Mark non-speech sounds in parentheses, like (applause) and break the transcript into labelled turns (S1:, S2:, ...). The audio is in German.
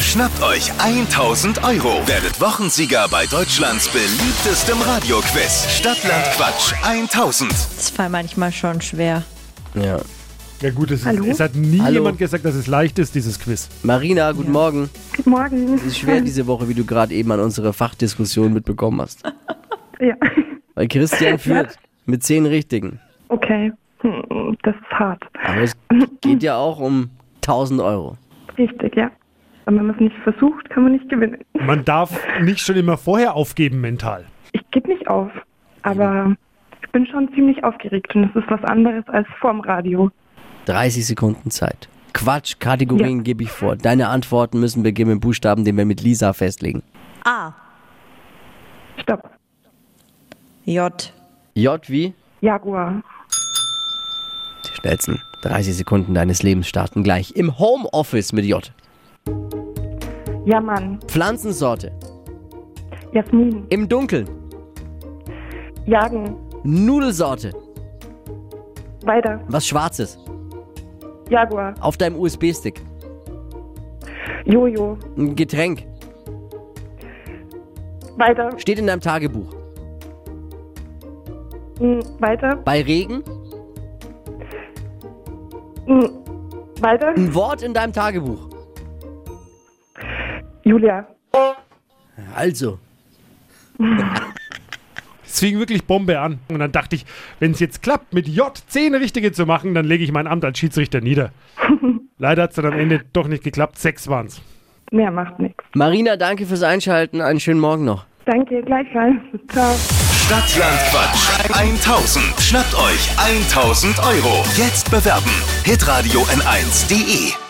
S1: Schnappt euch 1000 Euro. Werdet Wochensieger bei Deutschlands beliebtestem Radioquiz. Stadtland Quatsch 1000.
S2: Das war manchmal schon schwer.
S3: Ja.
S4: Ja gut, es, ist,
S5: Hallo?
S4: es hat nie
S3: Hallo.
S4: jemand gesagt, dass es leicht ist, dieses Quiz.
S3: Marina, guten Morgen.
S5: Guten Morgen.
S3: Es ist schwer diese Woche, wie du gerade eben an unserer Fachdiskussion mitbekommen hast.
S5: Ja. (laughs)
S3: Weil Christian führt mit zehn Richtigen.
S5: Okay. Hm, Das ist hart.
S3: Aber es geht ja auch um 1000 Euro.
S5: Richtig, ja. Und wenn man es nicht versucht, kann man nicht gewinnen.
S4: Man darf nicht schon immer vorher aufgeben mental.
S5: Ich gebe nicht auf, aber ich bin schon ziemlich aufgeregt und es ist was anderes als vorm Radio.
S3: 30 Sekunden Zeit. Quatsch, Kategorien
S5: Ja.
S3: gebe ich vor. Deine Antworten müssen beginnen mit Buchstaben, den wir mit Lisa festlegen.
S2: A.
S5: Stopp.
S2: J.
S3: J wie?
S5: Jaguar.
S3: Die schnellsten 30 Sekunden deines Lebens starten gleich. Im Homeoffice mit J.
S5: Ja, Mann.
S3: Pflanzensorte.
S5: Jasmin.
S3: Im Dunkeln.
S5: Jagen.
S3: Nudelsorte.
S5: Weiter.
S3: Was Schwarzes.
S5: Jaguar.
S3: Auf deinem USB-Stick.
S5: Jojo.
S3: Ein Getränk.
S5: Weiter.
S3: Steht in deinem Tagebuch.
S5: Hm, Weiter.
S3: Bei Regen.
S5: Hm, Weiter.
S3: Ein Wort in deinem Tagebuch.
S5: Julia.
S3: Also.
S4: Es fing wirklich Bombe an. Und dann dachte ich, wenn es jetzt klappt, mit J 10 Richtige zu machen, dann lege ich mein Amt als Schiedsrichter nieder. Leider hat es dann am Ende doch nicht geklappt. Sechs waren es.
S5: Mehr macht nichts.
S3: Marina, danke fürs Einschalten. Einen schönen Morgen noch.
S5: Danke. Gleichfalls. Ciao.
S1: Stadtland Quatsch 1000. Schnappt euch 1000 Euro. Jetzt bewerben. Hitradio N1.de.